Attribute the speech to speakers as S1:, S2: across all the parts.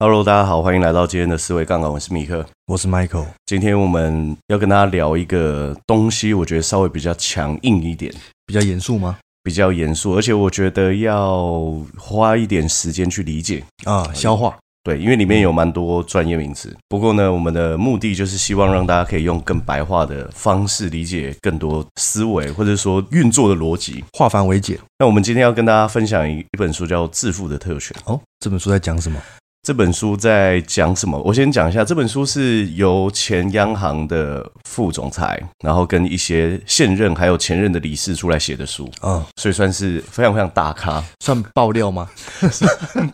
S1: Hello，大家好，欢迎来到今天的思维杠杆，我是米克。
S2: 我是 Michael，
S1: 今天我们要跟大家聊一个东西，我觉得稍微比较强硬一点，
S2: 比较严肃吗？
S1: 比较严肃，而且我觉得要花一点时间去理解。
S2: 啊，消化，
S1: 对，因为里面有蛮多专业名词。不过呢，我们的目的就是希望让大家可以用更白话的方式理解更多思维，或者说运作的逻辑。
S2: 化繁为简。
S1: 那我们今天要跟大家分享一一本书，叫《致富的特权》。
S2: 哦，这本书在讲什么？
S1: 这本书在讲什么？我先讲一下，这本书是由前央行的副总裁，然后跟一些现任还有前任的理事出来写的书，
S2: 啊，
S1: 所以算是非常非常大咖，
S2: 算爆料吗？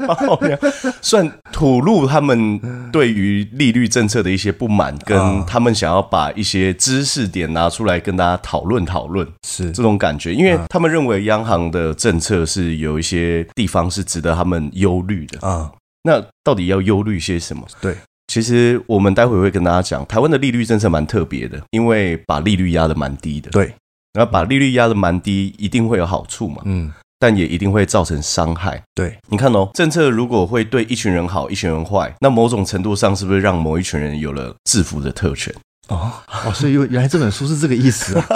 S1: 爆料算吐露他们对于利率政策的一些不满，跟
S2: 啊
S1: 他们想要把一些知识点拿出来跟大家讨论讨论。
S2: 是
S1: 这种感觉，因为他们认为央行的政策是有一些地方是值得他们忧虑的。
S2: 啊，
S1: 那到底要忧虑些什么？
S2: 对，
S1: 其实我们待会会跟大家讲，台湾的利率政策蛮特别的，因为把利率压得蛮低的。
S2: 对，
S1: 然后把利率压得蛮低，一定会有好处嘛，
S2: 嗯，
S1: 但也一定会造成伤害。
S2: 对，
S1: 你看哦，政策如果会对一群人好，一群人坏，那某种程度上是不是让某一群人有了制服的特 权？
S2: 哦，哦，所以原原来这本书是这个意思啊。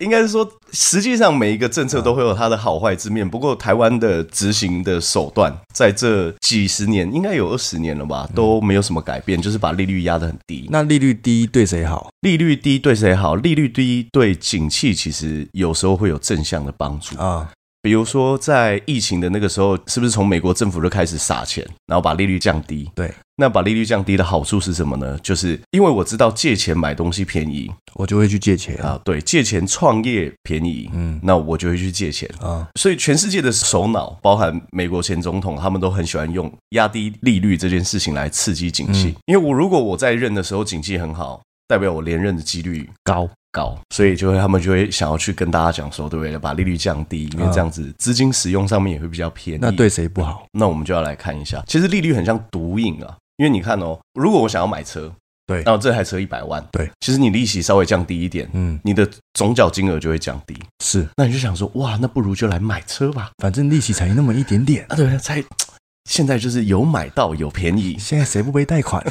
S1: 应该是说，实际上每一个政策都会有它的好坏之面。不过，台湾的执行的手段，在这几十年，应该有二十年了
S2: 嗯
S1: 吧，都没有什么改变，就是把利率压得很低。
S2: 那利率低对谁好？
S1: 利率低对谁好？利率低对景气其实有时候会有正向的帮助。
S2: 啊，
S1: 比如说，在疫情的那个时候，是不是从美国政府就开始撒钱，然后把利率降低？
S2: 对，
S1: 那把利率降低的好处是什么呢？就是因为我知道借钱买东西便宜
S2: 我就会去借钱啊。
S1: 啊，对，借钱创业便宜，
S2: 嗯
S1: 那我就会去借钱。
S2: 啊，
S1: 所以全世界的首脑，包含美国前总统，他们都很喜欢用压低利率这件事情来刺激景气。因为我如果我在任的时候景气很好，代表我连任的几率
S2: 高
S1: 高，所以就会他们就会想要去跟大家讲说，对不对？把利率降低，因为这样子资金使用上面也会比较便宜。
S2: 那对，谁不好？
S1: 那我们就要来看一下，其实利率很像毒瘾啊。因为你看哦，如果我想要买车，
S2: 对
S1: 那我这台车一百万，
S2: 对，
S1: 其实你利息稍微降低一点，
S2: 嗯，
S1: 你的总缴金额就会降低。
S2: 是，
S1: 那你就想说，哇，那不如就来买车吧。
S2: 反正利息才那么一点点。
S1: 啊，对，才现在就是有买到有便宜。
S2: 现在谁不背贷 款？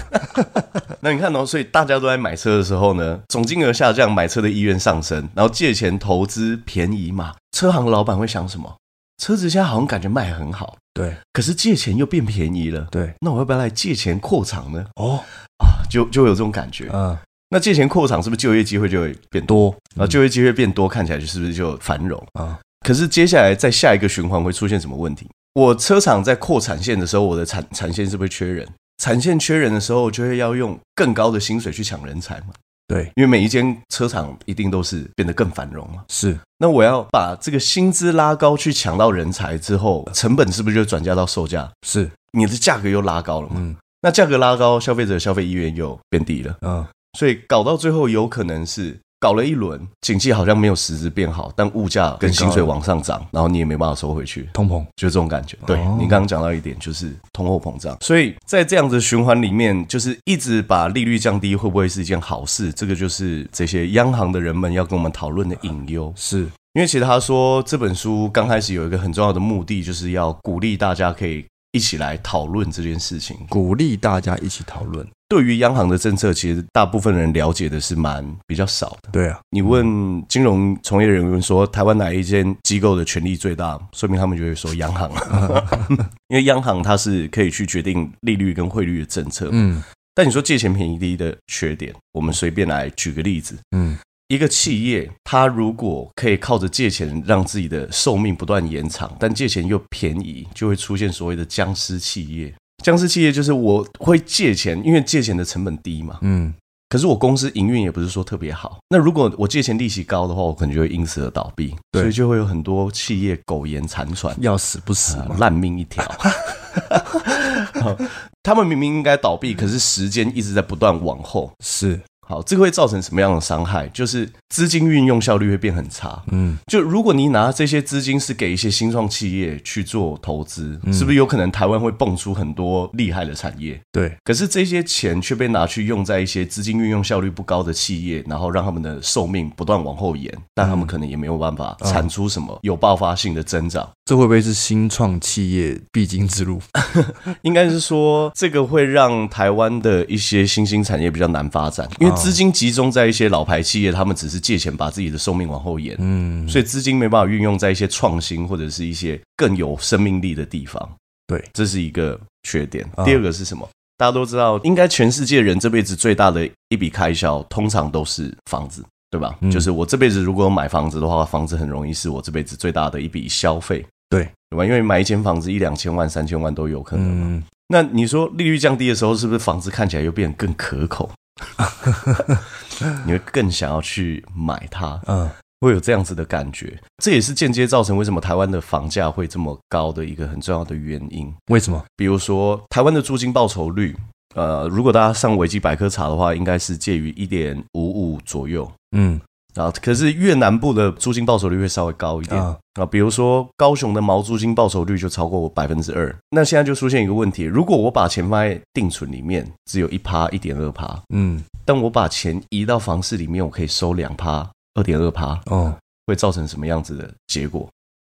S1: 那你看哦，所以大家都在买车的时候呢，总金额下降，买车的意愿上升，然后借钱投资便宜嘛。车行老板会想什么？车子现在好像感觉卖得很好，
S2: 对
S1: 可是借钱又变便宜了。
S2: 对，
S1: 那我要不要来借钱扩厂呢？
S2: 哦，
S1: 啊，就就有这种感觉。
S2: 嗯，
S1: 那借钱扩厂是不是就业机会就会变多？
S2: 多
S1: 然后就业机会变多，看起来就是不是就繁荣？
S2: 啊，
S1: 可是接下来在下一个循环会出现什么问题？我车厂在扩产线的时候，我的产产线是不是缺人？产线缺人的时候，就会要用更高的薪水去抢人才嘛？
S2: 对，
S1: 因为每一间车厂一定都是变得更繁荣嘛。
S2: 是
S1: 那我要把这个薪资拉高去抢到人才之后，成本是不是就转嫁到售价？
S2: 是，
S1: 你的价格又拉高了嘛？
S2: 嗯
S1: 那价格拉高，消费者的消费意愿又变低了，
S2: 嗯，
S1: 所以搞到最后有可能是。搞了一轮，景气好像没有实质变好，但物价跟薪水往上涨，然后你也没办法收回去。
S2: 通膨
S1: 就这种感觉。对、
S2: 哦
S1: 你刚刚讲到一点，就是通货膨胀，所以在这样子循环里面，就是一直把利率降低，会不会是一件好事？这个就是这些央行的人们要跟我们讨论的隐忧。
S2: 是
S1: 因为其实他说这本书刚开始有一个很重要的目的，就是要鼓励大家可以一起来讨论这件事情。
S2: 鼓励大家一起讨论。
S1: 对于央行的政策，其实大部分人了解的是蛮比较少的。
S2: 对啊，
S1: 你问金融从业人员说台湾哪一间机构的权力最大，说明他们就会说央行， 因为央行它是可以去决定利率跟汇率的政策。
S2: 嗯
S1: 但你说借钱便宜低的缺点，我们随便来举个例子，
S2: 嗯，
S1: 一个企业它如果可以靠着借钱让自己的寿命不断延长，但借钱又便宜，就会出现所谓的僵尸企业。僵尸企业就是我会借钱，因为借钱的成本低嘛，
S2: 嗯，
S1: 可是我公司营运也不是说特别好，那如果我借钱利息高的话，我可能就会因此而倒闭，
S2: 对
S1: 所以就会有很多企业苟延残喘，
S2: 要死不死
S1: 啊
S2: 嘛。
S1: 烂命一条。好他们明明应该倒闭，可是时间一直在不断往后。
S2: 是，
S1: 好，这个会造成什么样的伤害？就是资金运用效率会变很差。
S2: 嗯，
S1: 就如果你拿这些资金是给一些新创企业去做投资，是不是有可能台湾会蹦出很多厉害的产业？
S2: 对，
S1: 可是这些钱却被拿去用在一些资金运用效率不高的企业，然后让他们嗯的寿命不断往后延，但他们可能也没有办法产出什么有爆发性的增长，
S2: 这会不会是新创企业必经之路？
S1: 应该是说，这个会让台湾的一些新兴产业比较难发展，因为资金集中在一些老牌企业，他们只是借钱把自己的寿命往后延，
S2: 嗯，
S1: 所以资金没办法运用在一些创新或者是一些更有生命力的地方。
S2: 对
S1: 这是一个缺点。
S2: 啊
S1: 第二个是什么？大家都知道，应该全世界人这辈子最大的一笔开销，通常都是房子，对吧？
S2: 嗯
S1: 就是我这辈子如果有买房子的话，房子很容易是我这辈子最大的一笔消费，
S2: 对，
S1: 对吧？因为买一间房子一两千万、三千万都有可能嘛。
S2: 嗯，
S1: 那你说利率降低的时候，是不是房子看起来又变得更可 口？你会更想要去买它，
S2: 嗯，
S1: 会有这样子的感觉。这也是间接造成为什么台湾的房价会这么高的一个很重要的原因。
S2: 为什么？
S1: 比如说台湾的租金报酬率，呃，如果大家上维基百科查的话，应该是介于一点五五左右。
S2: 嗯
S1: 啊，可是越南部的租金报酬率会稍微高一点啊
S2: 啊
S1: 比如说高雄的毛租金报酬率就超过百分之二。那现在就出现一个问题：如果我把钱放在定存里面，只有一趴一点二趴，
S2: 嗯
S1: 但我把钱移到房市里面，我可以收两趴二点二趴，
S2: 哦
S1: 会造成什么样子的结果？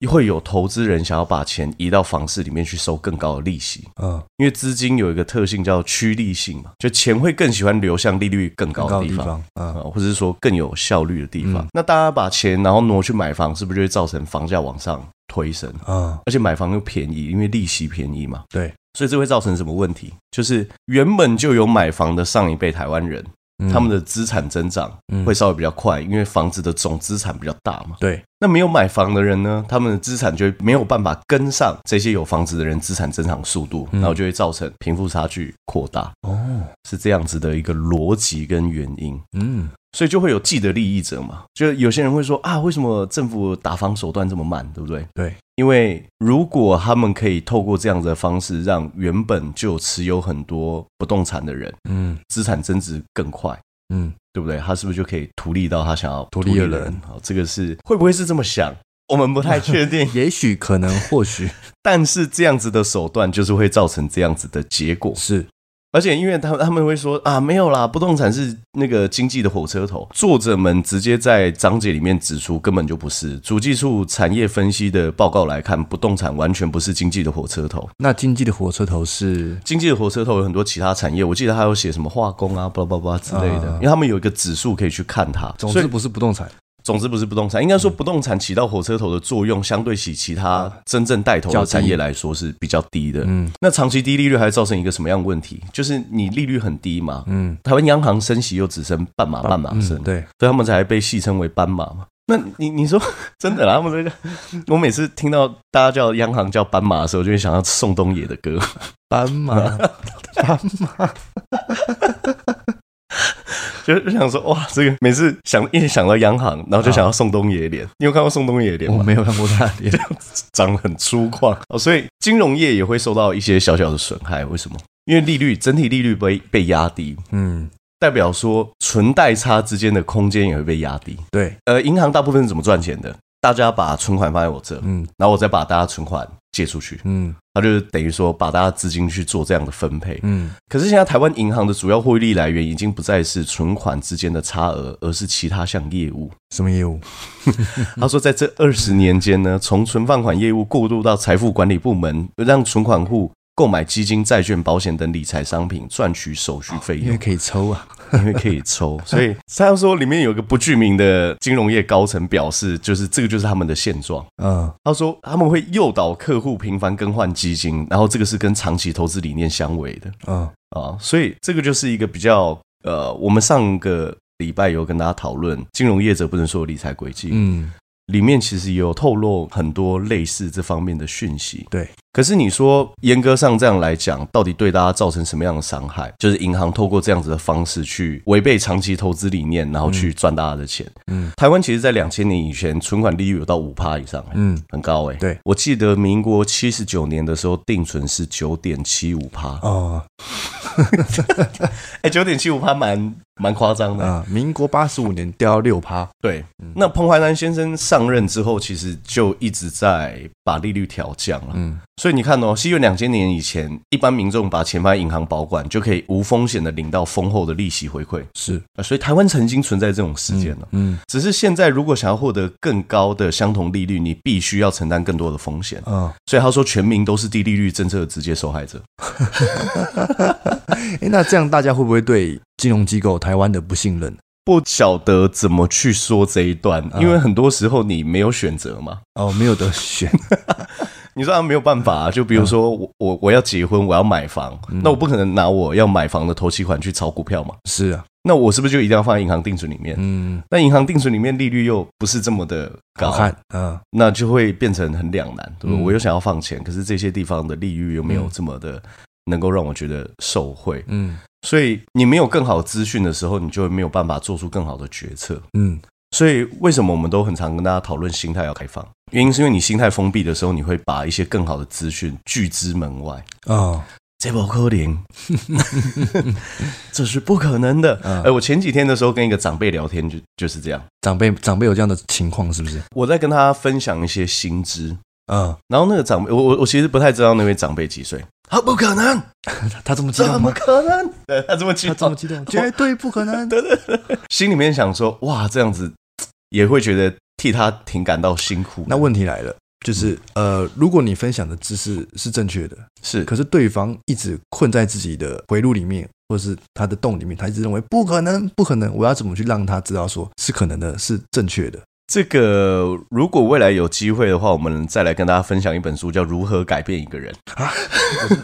S1: 会有投资人想要把钱移到房市里面去收更高的利息，
S2: 嗯，
S1: 因为资金有一个特性叫趋利性嘛，就钱会更喜欢流向利率更高
S2: 高
S1: 的
S2: 的
S1: 地
S2: 地
S1: 方。
S2: 方啊，
S1: 啊，或者是说更有效率的地方。
S2: 嗯
S1: 那大家把钱然后挪去买房，是不是就会造成房价往上推升？
S2: 啊，
S1: 而且买房又便宜，因为利息便宜嘛。
S2: 对，
S1: 所以这会造成什么问题？就是原本就有买房的上一辈台湾人，他们的
S2: 的
S1: 资产增长会稍微比较快，因为房子的总资产比较大嘛。
S2: 对，
S1: 那没有买房的人呢，他们的资产就会没有办法跟上这些有房子的人资产增长速度，
S2: 嗯
S1: 然后就会造成贫富差距扩大，
S2: 哦，
S1: 是这样子的一个逻辑跟原因。
S2: 嗯
S1: 所以就会有既得利益者嘛。就有些人会说啊，为什么政府打房手段这么慢，对不对？
S2: 对，
S1: 因为如果他们可以透过这样子的方式，让原本就持有很多不动产的人
S2: 嗯
S1: 资产增值更快。
S2: 嗯，
S1: 对不对？他是不是就可以图利到他想要
S2: 图利的人。
S1: 好，这个是会不会是这么想？我们不太确定
S2: 也许可能或 许
S1: 但是这样子的手段就是会造成这样子的结果。
S2: 是
S1: 而且因为他他们会说啊，没有啦，不动产是那个经济的火车头。作者们直接在章节里面指出，根本就不是。主计处产业分析的报告来看，不动产完全不是经济的火车头。
S2: 那经济的火车头是
S1: 经济的火车头有很多其他产业，我记得还有写什么化工 啊、巴拉巴拉巴拉之类的，
S2: 啊
S1: 因为他们有一个指数可以去看它。
S2: 总
S1: 所以
S2: 之不是不动产
S1: 总之不是不动产，应该说不动产起到火车头的作用，相对起其他真正带头的产业来说是比嗯较低的。
S2: 嗯
S1: 那长期低利率还造成一个什么样的问题？就是你利率很低嘛，
S2: 嗯
S1: 台湾央行升息又只升半马半马升，
S2: 嗯对
S1: 所以他们才被戏称为斑马嘛。那你你说 真的啦？他们这个，我每次听到大家叫央行叫斑马的时候，就会想到宋冬野的歌。
S2: 斑马斑马
S1: 就就想说，哇，这个每次想一想到央行，然后就想到宋冬野脸。你有看过宋冬野脸
S2: 哦我
S1: 吗？
S2: 没有看过他的脸
S1: 长得很粗犷哦，所以金融业也会受到一些小小的损害。为什么？因为利率整体利率被被压低，
S2: 嗯
S1: 代表说存贷差之间的空间也会被压低。
S2: 对
S1: 呃，银行大部分是怎么赚钱的？大家把存款放在我这，
S2: 嗯
S1: 然后我再把大家存款借出去，
S2: 嗯
S1: 它就是等于说把大家资金去做这样的分配。
S2: 嗯
S1: 可是现在台湾银行的主要获利来源已经不再是存款之间的差额，而是其他项业务。
S2: 什么业务
S1: 他说，在这二十年间呢，从存放款业务过渡到财富管理部门，让存款户购买基金、债券、保险等理财商品，赚取手续费
S2: 因为
S1: 用，
S2: 可以抽啊
S1: 因为可以抽。所以他说，里面有一个不具名的金融业高层表示，就是这个就是他们的现状。
S2: 嗯
S1: 他说他们会诱导客户频繁更换基金，然后这个是跟长期投资理念相违的
S2: 嗯
S1: 啊，所以这个就是一个比较呃，我们上个礼拜有跟大家讨论金融业者不能说有理财轨迹，
S2: 嗯
S1: 里面其实也有透露很多类似这方面的讯息。
S2: 对，
S1: 可是你说严格上这样来讲，到底对大家造成什么样的伤害？就是银行透过这样子的方式去违背长期投资理念，然后去赚大家的钱。
S2: 嗯
S1: 台湾其实，在两千年以前，存款利率有到五趴以上、
S2: 嗯
S1: 很高哎、
S2: 对，
S1: 我记得民国七十九年的时候，定存是九点七五趴，
S2: 哦
S1: 哎，九点七五趴蛮蛮夸张的。
S2: 啊，民国八十五年掉六趴，
S1: 对，
S2: 嗯
S1: 那彭淮南先生上任之后，其实就一直在把利率调降了。
S2: 嗯，
S1: 所以你看哦，西元两千年以前，一般民众把钱放在银行保管，就可以无风险的领到丰厚的利息回馈。
S2: 是
S1: 呃所以台湾曾经存在这种事件了。
S2: 嗯
S1: 只是现在，如果想要获得更高的相同利率，你必须要承担更多的风险。
S2: 啊，
S1: 所以他说，全民都是低利率政策的直接受害者。
S2: 哎、那这样大家会不会对金融机构台湾的不信任？
S1: 不晓得怎么去说这一段，
S2: 嗯
S1: 因为很多时候你没有选择嘛。
S2: 哦，没有得 选，
S1: 你说啊，没有办法、啊，就比如说
S2: 嗯
S1: 我我我要结婚，我要买房，那我不可能拿我要买房的头期款去炒股票嘛？
S2: 是啊，
S1: 那我是不是就一定要放在银行定存里面？
S2: 嗯，
S1: 那银行定存里面利率又不是这么的高，
S2: 好看，嗯，
S1: 那就会变成很两难，对吧？
S2: 嗯
S1: 我又想要放钱，可是这些地方的利率又没有这么的能够让我觉得受惠，
S2: 嗯
S1: 所以你没有更好的资讯的时候，你就没有办法做出更好的决策。
S2: 嗯，
S1: 所以为什么我们都很常跟大家讨论心态要开放？原因是因为你心态封闭的时候，你会把一些更好的资讯拒之门外。
S2: 哦，
S1: 这不可能，这是不可能的。哎、
S2: 嗯
S1: 我前几天的时候跟一个长辈聊天，就就是这样，
S2: 长辈长辈有这样的情况是不是？
S1: 我在跟他分享一些新知，
S2: 嗯，
S1: 然后那个长辈，我我我其实不太知道那位长辈几岁。他不可能，
S2: 他他这么激
S1: 怎
S2: 动
S1: 么
S2: 吗？
S1: 可能？对他这么激
S2: 他这么
S1: 动，
S2: 激动，绝 对不可能。
S1: 心里面想说，哇，这样子也会觉得替他挺感到辛苦。
S2: 那问题来了，就是呃，如果你分享的知识是正确的，
S1: 是
S2: 可是对方一直困在自己的回路里面，或是他的洞里面，他一直认为不可能，不可能，我要怎么去让他知道说是可能的，是正确的？
S1: 这个如果未来有机会的话，我们再来跟大家分享一本书，叫《如何改变一个人》。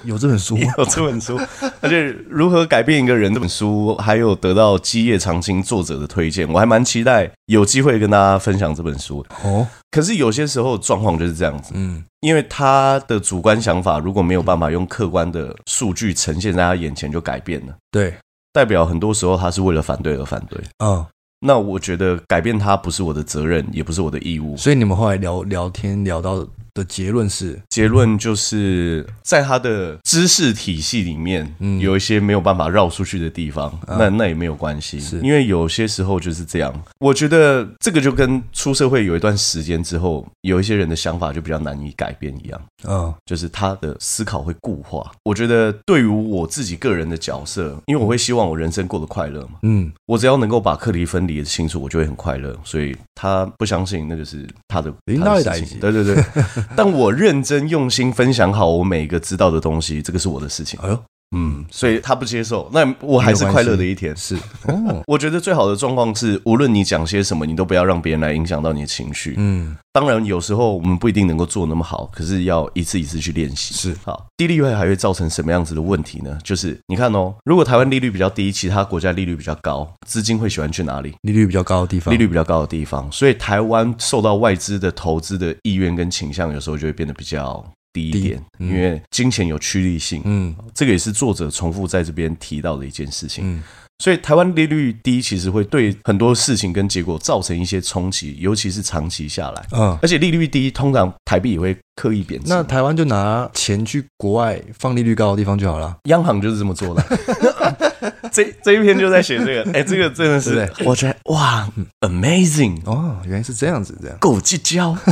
S2: 有这本书吗？
S1: 有这本书，而且《如何改变一个人》这本书还有得到基业长青作者的推荐，我还蛮期待有机会跟大家分享这本书。
S2: 哦，
S1: 可是有些时候状况就是这样子，
S2: 嗯
S1: 因为他的主观想法如果没有办法用客观的数据呈现在他眼前，就改变了，
S2: 对，
S1: 代表很多时候他是为了反对而反对。
S2: 嗯，
S1: 那我觉得改变他不是我的责任，也不是我的义务。
S2: 所以你们后来聊聊天聊到的结论是，
S1: 结论就是在他的知识体系里面，
S2: 嗯
S1: 有一些没有办法绕出去的地方，
S2: 啊
S1: 那那也没有关系
S2: 是，
S1: 因为有些时候就是这样。我觉得这个就跟出社会有一段时间之后，有一些人的想法就比较难以改变一样，
S2: 嗯
S1: 就是他的思考会固化。我觉得对于我自己个人的角色，因为我会希望我人生过得快乐嘛，
S2: 嗯，
S1: 我只要能够把课题分离的清楚，我就会很快乐。所以他不相信那个是他的
S2: 领
S1: 他
S2: 导
S1: 的
S2: 也
S1: 事
S2: 打一
S1: 情
S2: 击
S1: 对对对。 但我认真用心分享好我每一个知道的东西，这个是我的事情。
S2: 哎呦，
S1: 嗯，所以他不接受，那我还是快乐的一天。
S2: 是哦，
S1: 我觉得最好的状况是，无论你讲些什么，你都不要让别人来影响到你的情绪。
S2: 嗯
S1: 当然，有时候我们不一定能够做那么好，可是要一次一次去练习。
S2: 是
S1: 好，低利率还会造成什么样子的问题呢？就是你看哦，如果台湾利率比较低，其他国家利率比较高，资金会喜欢去哪里？
S2: 利率比较高的地方，
S1: 利率比较高的地方，所以台湾受到外资的投资的意愿跟倾向，有时候就会变得比较低一点，
S2: 嗯
S1: 因为金钱有趋利性。
S2: 嗯
S1: 这个也是作者重复在这边提到的一件事情。
S2: 嗯
S1: 所以台湾利率低，其实会对很多事情跟结果造成一些冲击，尤其是长期下来。
S2: 嗯，
S1: 而且利率低，通常台币也会刻意贬值。
S2: 那台湾就拿钱去国外放利率高的地方就好了。
S1: 央行就是这么做的。 这这一篇就在写这个，哎、这个真的
S2: 对
S1: 是
S2: 不，
S1: 我觉得哇，amazing，
S2: 哦，原来是这样子，这样
S1: 狗计交。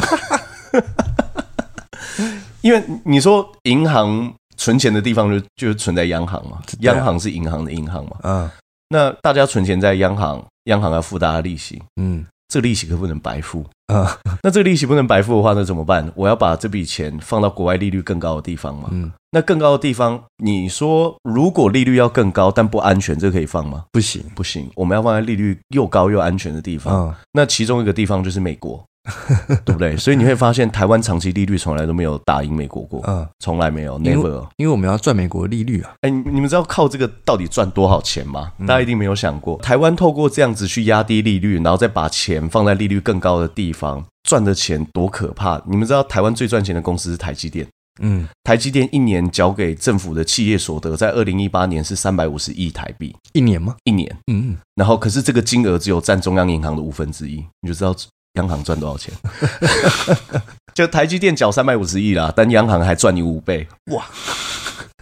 S1: 因为你说银行存钱的地方就就是存在央行嘛，
S2: 对啊
S1: 央行是银行的银行嘛，
S2: 啊，
S1: 那大家存钱在央行，央行要付大家利息，
S2: 嗯
S1: 这利息可不能白付。
S2: 啊，
S1: 那这个利息不能白付的话，那怎么办？我要把这笔钱放到国外利率更高的地方嘛？
S2: 嗯，
S1: 那更高的地方，你说如果利率要更高但不安全，这可以放吗？
S2: 不行
S1: 不行，我们要放在利率又高又安全的地方。
S2: 啊，
S1: 那其中一个地方就是美国，对不对？所以你会发现，台湾长期利率从来都没有打赢美国过，
S2: 嗯，
S1: 从来没有
S2: 因为
S1: ，never。
S2: 因为我们要赚美国利率啊，
S1: 哎，你你们知道靠这个到底赚多少钱吗？
S2: 嗯
S1: 大家一定没有想过，台湾透过这样子去压低利率，然后再把钱放在利率更高的地方，赚的钱多可怕！你们知道台湾最赚钱的公司是台积电，
S2: 嗯，
S1: 台积电一年缴给政府的企业所得，在二零一八年是三百五十亿台币
S2: 一年吗？
S1: 一年，
S2: 嗯，
S1: 然后可是这个金额只有占中央银行的五分之一，你就知道央行赚多少钱。 就台积电缴三百五十亿啦，但央行还赚你五倍，
S2: 哇，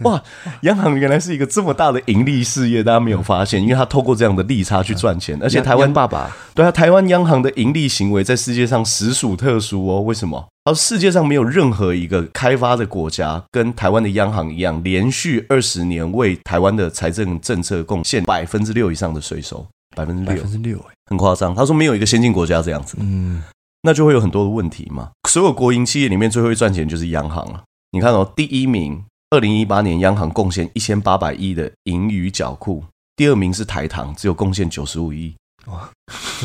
S1: 哇，央行原来是一个这么大的盈利事业，大家没有发现，因为它透过这样的利差去赚钱，而且台湾
S2: 爸爸
S1: 对啊，台湾央行的盈利行为在世界上实属特殊哦。为什么？而世界上没有任何一个开发的国家跟台湾的央行一样，连续二十年为台湾的财政政策贡献百分之六以上的税收，百分之
S2: 百
S1: 六
S2: 分，之六，哎
S1: 很夸张。他说没有一个先进国家这样子，
S2: 嗯，
S1: 那就会有很多的问题嘛。所有国营企业里面最会赚钱就是央行了、你看哦，第一名，二零一八年央行贡献一千八百亿的盈余缴库，第二名是台糖，只有贡献九十五亿。
S2: 哇，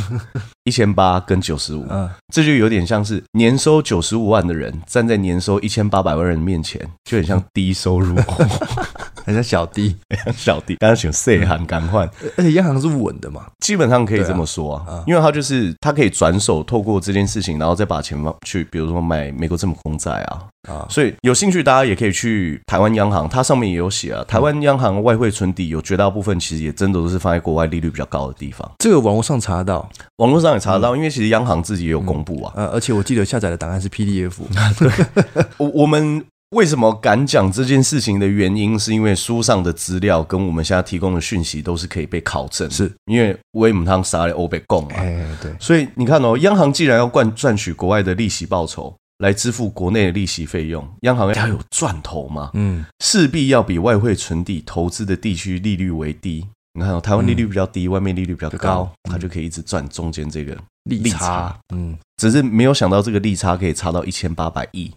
S1: 一千八跟九十五，
S2: 啊，
S1: 这就有点像是年收九十五万的人站在年收一千八百万人面前，就很像低收入户
S2: 人家小弟，
S1: 小弟。刚刚选 C 行赶快，
S2: 呃而且央行是稳的嘛，
S1: 基本上可以这么说啊，
S2: 对啊啊
S1: 因为他就是他可以转手透过这件事情，然后再把钱放去，比如说买美国政府公债啊。
S2: 啊，
S1: 所以有兴趣大家也可以去台湾央行，它上面也有
S2: 嗯
S1: 写啊，台湾央行外汇存底有绝大部分其实也真的都是放在国外利率比较高的地方。
S2: 这个网络上查得到，
S1: 网络上也查
S2: 嗯
S1: 得到，因为其实央行自己也有公布啊。
S2: 呃，而且我记得下载的档案是 PDF，嗯
S1: 我我们为什么敢讲这件事情的原因，是因为书上的资料跟我们现在提供的讯息都是可以被考证的，
S2: 是
S1: 因为威姆汤杀了欧贝贡嘛。
S2: 哎，对，
S1: 所以你看哦，央行既然要赚赚取国外的利息报酬来支付国内的利息费用，央行要有赚头嘛，
S2: 嗯，
S1: 势必要比外汇存底投资的地区利率为低。你看哦，台湾利率比较低，外面利率比较
S2: 比较
S1: 高
S2: 高，
S1: 它就可以一直赚中间这个
S2: 利
S1: 利
S2: 差
S1: 差，
S2: 嗯，
S1: 只是没有想到这个利差可以差到一千八百亿，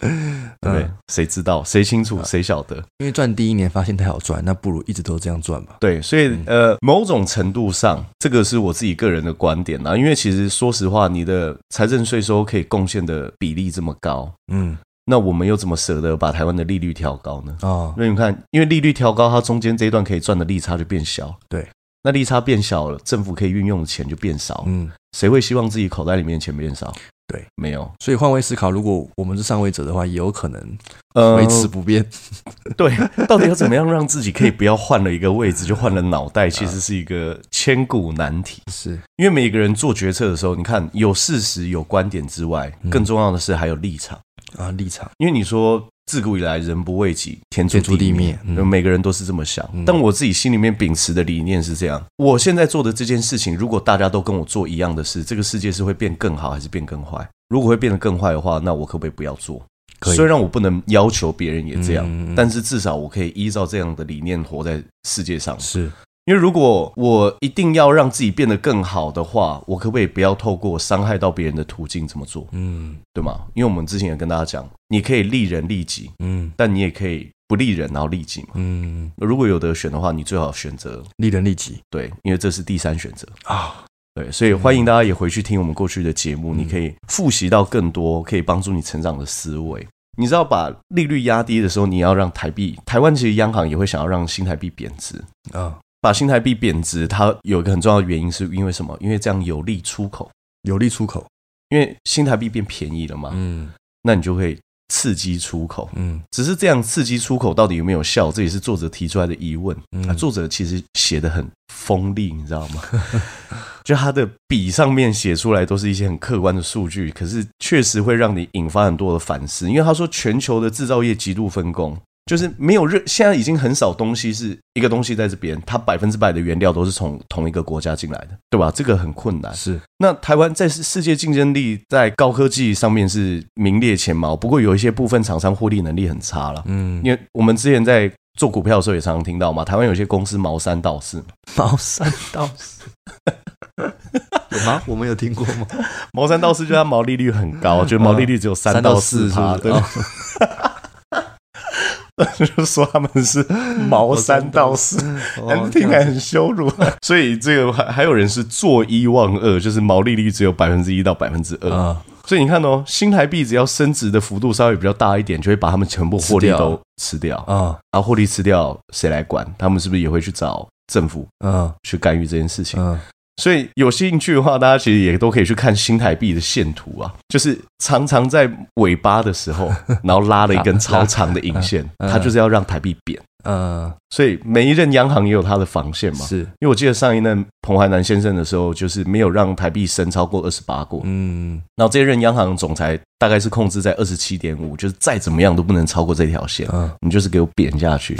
S1: 对不对
S2: 嗯？
S1: 谁知道？谁清楚？谁晓得？
S2: 因为赚第一年发现太好赚，那不如一直都这样赚吧。
S1: 对，所
S2: 嗯
S1: 以呃，某种程度上，这个是我自己个人的观点啦。因为其实说实话，你的财政税收可以贡献的比例这么高，
S2: 嗯，
S1: 那我们又怎么舍得把台湾的利率调高呢？
S2: 哦，
S1: 因为你看，因为利率调高，它中间这一段可以赚的利差就变小。
S2: 对，
S1: 那利差变小了，政府可以运用的钱就变少。
S2: 嗯，
S1: 谁会希望自己口袋里面的钱变少？
S2: 对，
S1: 没有，
S2: 所以换位思考，如果我们是上位者的话，也有可能
S1: 呃
S2: 维持不变。
S1: 对，呃到底要怎么样让自己可以不要换了一个位置就换了脑袋，其实是一个千古难题。
S2: 嗯是，
S1: 因为每个人做决策的时候，你看有事实、有观点之外，
S2: 嗯
S1: 更重要的是还有立场。
S2: 啊，立场
S1: 因为你说自古以来人不为己，天诛
S2: 天诛
S1: 地
S2: 地
S1: 灭，
S2: 灭嗯嗯
S1: 每个人都是这么想。但我自己心里面秉持的理念是这样：我现在做的这件事情，如果大家都跟我做一样的事，这个世界是会变更好还是变更坏？如果会变得更坏的话，那我可不可以不要做？
S2: 可以
S1: 虽然我不能要求别人也这样，
S2: 嗯嗯嗯
S1: 但是至少我可以依照这样的理念活在世界上。
S2: 是
S1: 因为如果我一定要让自己变得更好的话，我可不可以不要透过伤害到别人的途径这么做，
S2: 嗯
S1: 对吗？因为我们之前也跟大家讲，你可以利人利己，
S2: 嗯
S1: 但你也可以不利人然后利己嘛。
S2: 嗯，
S1: 如果有得选的话，你最好选择
S2: 利人利己
S1: 对，因为这是第三选择。
S2: 啊，
S1: 对，所以欢迎大家也回去听我们过去的节目，你可以复习到更多可以帮助你成长的思维。你知道，把利率压低的时候，你要让台币，台湾其实央行也会想要让新台币贬值。
S2: 啊，
S1: 把新台币贬值，它有一个很重要的原因，是因为什么？因为这样有利出口，
S2: 有利出口。
S1: 因为新台币变便宜了嘛，
S2: 嗯
S1: 那你就会刺激出口。
S2: 嗯
S1: 只是这样刺激出口到底有没有效，这也是作者提出来的疑问。
S2: 嗯
S1: 啊、作者其实写的很锋利，你知道吗？ 就他的笔上面写出来都是一些很客观的数据，可是确实会让你引发很多的反思。因为他说全球的制造业极度分工，就是没有任现在已经很少东西是一个东西在这边，它百分之百的原料都是从同一个国家进来的，对吧？这个很困难。
S2: 嗯是
S1: 那台湾在世世界竞争力在高科技上面是名列前茅，不过有一些部分厂商获利能力很差了。
S2: 嗯
S1: 因为我们之前在做股票的时候也常常听到嘛，台湾有些公司毛三到四，
S2: 毛三到四 有吗？我们有听过吗？
S1: 毛三到四就是它毛利率很 高，就毛利率只有三到四趴，
S2: 三
S1: 对，
S2: 到四是不是哦
S1: 就说他们是毛三到四。
S2: 哦
S1: 哎听起来很羞辱，所以这个还还有人是坐一望二，就是毛利率只有百分之一到百分之二。
S2: 啊，
S1: 所以你看哦，新台币只要升值的幅度稍微比较大一点，就会把他们全部获利
S2: 吃掉
S1: 都吃掉。
S2: 啊
S1: 然后获利吃掉，谁来管？他们是不是也会去找政府
S2: 啊
S1: 去干预这件事情？
S2: 啊！
S1: 所以有兴趣的话，大家其实也都可以去看新台币的线图啊，就是常 常在尾巴的时候，然后拉了一根超长的引线，
S2: 嗯
S1: 它就是要让台币贬。
S2: 呃，
S1: 所以每一任央行也有它的防线嘛。
S2: 是，
S1: 因为我记得上一任彭淮南先生的时候，就是没有让台币升超过二十八过，
S2: 嗯，
S1: 然后这一任央行总裁大概是控制在二十七点五，就是再怎么样都不能超过这条线，
S2: 嗯，
S1: 你就是给我扁下去，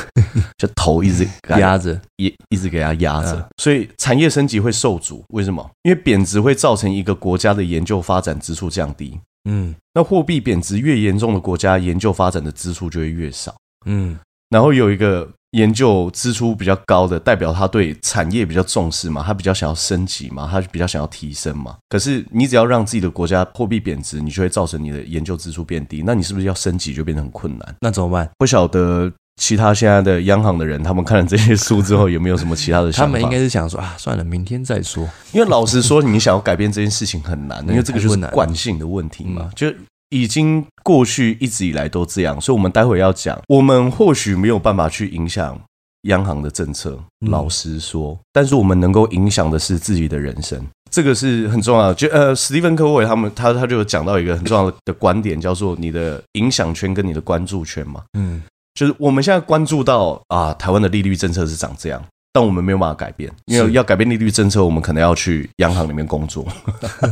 S1: 就头一直给它
S2: 压着，
S1: 也一直给它压着，
S2: 嗯
S1: 所以产业升级会受阻。为什么？因为贬值会造成一个国家的研究发展支出降低。
S2: 嗯
S1: 那货币贬值越严重的国家，研究发展的支出就会越少。
S2: 嗯
S1: 然后有一个研究支出比较高的，代表他对产业比较重视嘛，他比较想要升级嘛，他比较想要提升嘛。可是你只要让自己的国家货币贬值，你就会造成你的研究支出变低，那你是不是要升级就变得很困难？
S2: 那怎么办？
S1: 不晓得其他现在的央行的人，他们看了这些书之后有没有什么其他的想法？
S2: 他们应该是想说啊，算了，明天再说。
S1: 因为老实说，你想要改变这件事情很难的，
S2: 嗯
S1: 因为这个就是
S2: 太困难了嗯
S1: 惯性的问题嘛，就。已经过去一直以来都这样，所以我们待会要讲，我们或许没有办法去影响央行的政策，
S2: 嗯
S1: 老实说，但是我们能够影响的是自己的人生，这个是很重要的。就呃，史蒂芬科维他们他他就有讲到一个很重要的观点，叫做你的影响圈跟你的关注圈嘛。
S2: 嗯
S1: 就是我们现在关注到啊，台湾的利率政策是长这样，但我们没有办法改变，因为
S2: 是
S1: 要改变利率政策，我们可能要去央行里面工作，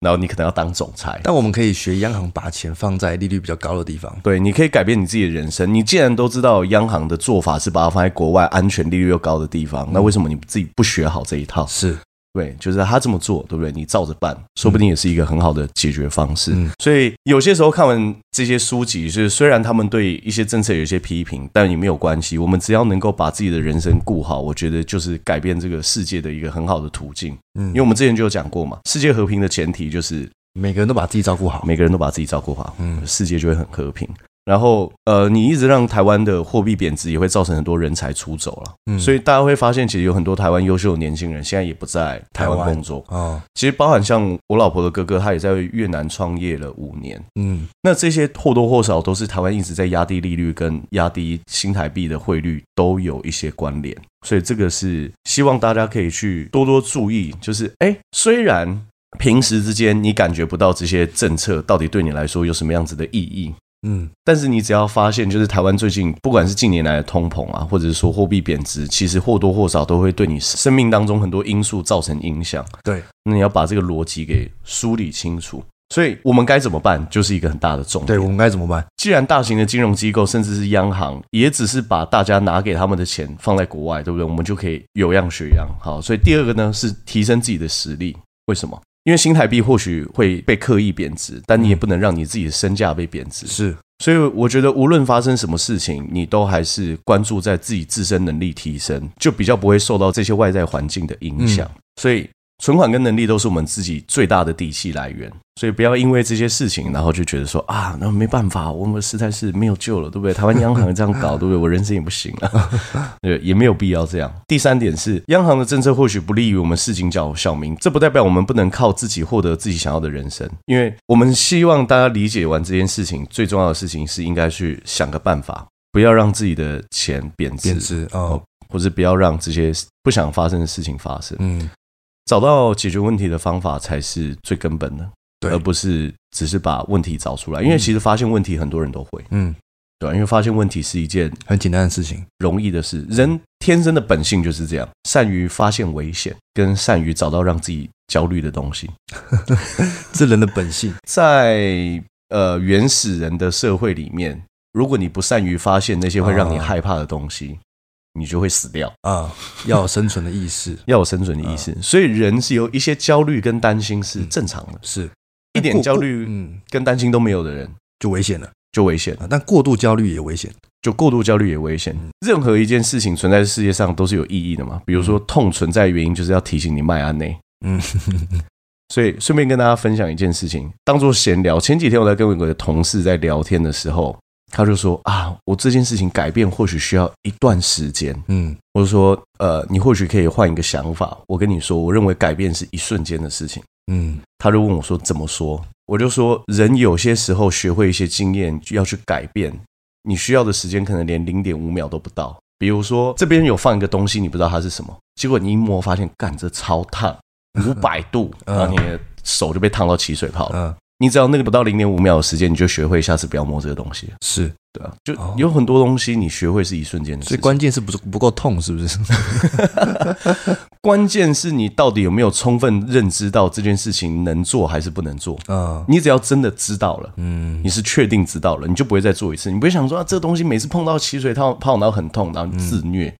S1: 然后你可能要当总裁。
S2: 但我们可以学央行把钱放在利率比较高的地方。
S1: 对，你可以改变你自己的人生。你既然都知道央行的做法是把它放在国外安全利率又高的地方，那为什么你自己不学好这一套？
S2: 是，
S1: 对，就是他这么做，对不对？你照着办，说不定也是一个很好的解决方式。
S2: 嗯
S1: 所以有些时候看完这些书籍，是虽然他们对一些政策有一些批评，但也没有关系。我们只要能够把自己的人生顾好，我觉得就是改变这个世界的一个很好的途径。
S2: 嗯，
S1: 因为我们之前就有讲过嘛，世界和平的前提就是
S2: 每个人都把自己照顾好。
S1: 每个人都把自己照顾好，
S2: 嗯
S1: 世界就会很和平。然后，呃，你一直让台湾的货币贬值，也会造成很多人才出走了。
S2: 嗯
S1: 所以大家会发现，其实有很多台湾优秀的年轻人现在也不在台
S2: 台
S1: 湾
S2: 湾
S1: 工作。
S2: 哦，
S1: 其实包含像我老婆的哥哥，他也在越南创业了五年。
S2: 嗯
S1: 那这些或多或少都是台湾一直在压低利率跟压低新台币的汇率都有一些关联，所以这个是希望大家可以去多多注意。就是哎、诶虽然平时之间你感觉不到这些政策到底对你来说有什么样子的意义，
S2: 嗯
S1: 但是你只要发现，就是台湾最近不管是近年来的通膨啊，或者是说货币贬值，其实或多或少都会对你生命当中很多因素造成影响。
S2: 对，
S1: 那你要把这个逻辑给梳理清楚。所以我们该怎么办，就是一个很大的重
S2: 对，
S1: 点。
S2: 我们该怎么办？
S1: 既然大型的金融机构甚至是央行，也只是把大家拿给他们的钱放在国外，对不对？我们就可以有样学样。好，所以第二个呢是提升自己的实力。为什么？因为新台币或许会被刻意贬值，但你也不能让你自己的身价被贬值。
S2: 是，
S1: 所以我觉得，无论发生什么事情，你都还是关注在自己自身能力提升，就比较不会受到这些外在环境的影响。所以，存款跟能力都是我们自己最大的底气来源。所以，不要因为这些事情，然后就觉得说啊，那没办法，我们实在是没有救了，对不对？台湾央行这样搞，对不对？我人生也不行了， 对，也没有必要这样。第三点是，央行的政策或许不利于我们市井小小民，这不代表我们不能靠自己获得自己想要的人生，因为我们希望大家理解完这件事情，最重要的事情是应该去想个办法，不要让自己的钱贬值，
S2: 贬值哦，
S1: 或是不要让这些不想发生的事情发生。
S2: 嗯，
S1: 找到解决问题的方法才是最根本的，
S2: 对
S1: 而，不是只是把问题找出来。因为
S2: 嗯
S1: 其实发现问题很多人都会，
S2: 嗯，
S1: 对吧？因为发现问题是一件
S2: 很简单的事情。
S1: 容易的事，人天生的本性就是这样，善于发现危险，跟善于找到让自己焦虑的东西。
S2: 这人的本性，
S1: 在呃原始人的社会里面，如果你不善于发现那些会让你
S2: 啊
S1: 害怕的东西，你就会死掉。
S2: 啊，要有生存的意识，
S1: 要有生存的意
S2: 啊
S1: 识，所以人是有一些焦虑跟担心是正常的，
S2: 是
S1: 一点
S2: 嗯过
S1: 焦虑
S2: 嗯，
S1: 跟担心都没有的人
S2: 就危险了
S1: 就危险，
S2: 啊。但过度焦虑也危险，
S1: 就过度焦虑也危险。任何一件事情存在世界上都是有意义的嘛，比如说痛存在的原因就是要提醒你迈安内，
S2: 嗯，
S1: 所以顺便跟大家分享一件事情，当做闲聊。前几天我在跟我一个同事在聊天的时候，他就说啊，我这件事情改变或许需要一段时间。
S2: 嗯
S1: 我就说，呃，你或许可以换一个想法。我跟你说，我认为改变是一瞬间的事情。
S2: 嗯
S1: 他就问我说怎么说，我就说人有些时候学会一些经验要去改变，你需要的时间可能连零点五秒都不到。比如说这边有放一个东西，你不知道它是什么，结果你一摸 发现，干这超烫，五百度，
S2: 嗯
S1: 然后你的手就被烫到起水泡了。
S2: 嗯
S1: 你只要那个不到零点五秒的时间，你就学会下次不要摸这个东西，
S2: 是，
S1: 对啊，就有很多东西你学会是一瞬间的事
S2: 所以
S1: 情。
S2: 关键是不是不够痛，是不是？
S1: 关键是你到底有没有充分认知到这件事情能做还是不能做。
S2: 啊，
S1: 你只要真的知道了，
S2: 嗯，
S1: 你是确定知道了，你就不会再做一次，你不会想说啊，这个东西每次碰到起水泡泡然后很痛，然后自虐。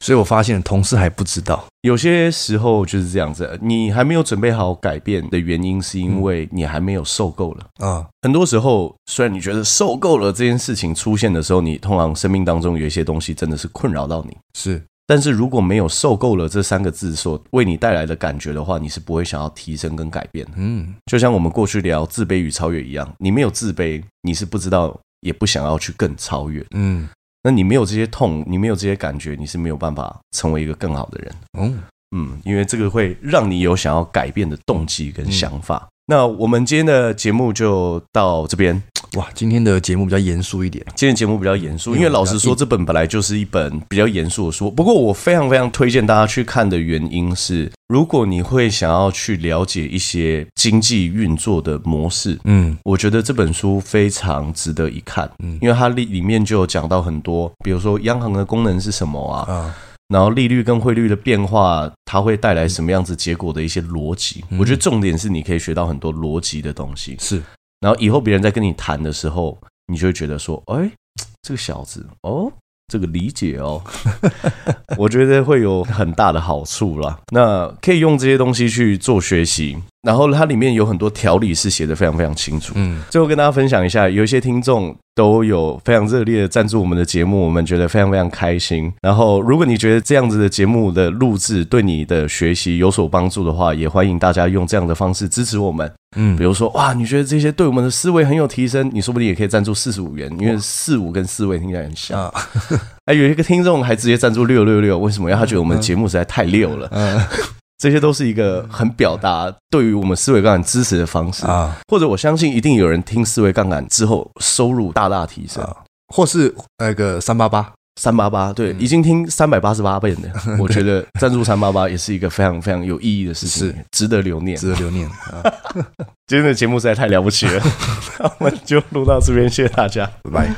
S2: 所以我发现同事还不知道，
S1: 有些时候就是这样子，你还没有准备好改变的原因，是因为你还没有受够了。
S2: 啊，
S1: 很多时候，虽然你觉得受够了这件事情出现的时候，你通常生命当中有一些东西真的是困扰到你。
S2: 是，
S1: 但是如果没有“受够了”这三个字所为你带来的感觉的话，你是不会想要提升跟改变的。
S2: 嗯，
S1: 就像我们过去聊自卑与超越一样，你没有自卑，你是不知道也不想要去更超越的。
S2: 嗯，
S1: 那你没有这些痛，你没有这些感觉，你是没有办法成为一个更好的人。
S2: 哦，
S1: 嗯，因为这个会让你有想要改变的动机跟想法。那我们今天的节目就到这边。
S2: 哇，今天的节目比较严肃一点，
S1: 今天节目比较严肃，
S2: 嗯
S1: 因为老实说，
S2: 比
S1: 这本本来就是一本比较严肃的书。不过，我非常非常推荐大家去看的原因是，如果你会想要去了解一些经济运作的模式，
S2: 嗯，
S1: 我觉得这本书非常值得一看，
S2: 嗯
S1: 因为它里里面就有讲到很多，比如说央行的功能是什么啊，
S2: 啊，
S1: 然后利率跟汇率的变化，它会带来什么样子结果的一些逻辑。我觉得重点是你可以学到很多逻辑的东西，
S2: 是，
S1: 然后以后别人在跟你谈的时候，哎你就会觉得说，哎，这个小子哦。这个理解哦，我觉得会有很大的好处啦。那可以用这些东西去做学习，然后它里面有很多条理是写的非常非常清楚。
S2: 嗯，
S1: 最后跟大家分享一下，有一些听众都有非常热烈的赞助我们的节目，我们觉得非常非常开心。然后，如果你觉得这样子的节目的录制对你的学习有所帮助的话，也欢迎大家用这样的方式支持我们。
S2: 嗯
S1: 比，如说，哇，你觉得这些对我们的思维很有提升，你说不定也可以赞助四十五元，因为四五跟思维听起来很像。
S2: 啊，
S1: 哎，有一个听众还直接赞助六六六，为什么？因为他觉得我们的节目实在太溜了。
S2: 嗯，
S1: 这些都是一个很表达对于我们思维杠杆支持的方式
S2: 啊，
S1: 或者我相信一定有人听思维杠杆之后收入大大提升
S2: 啊，或是呃那个三八 八，
S1: 三八八对，已经听三百八十八 遍的，我觉得赞助三八八也是一个非常非常有意义的事情
S2: 是，
S1: 值得留念。
S2: 值得留念啊，
S1: 今天的节目实在太了不起了，那我们就录到这边，谢谢大家。
S2: 拜拜。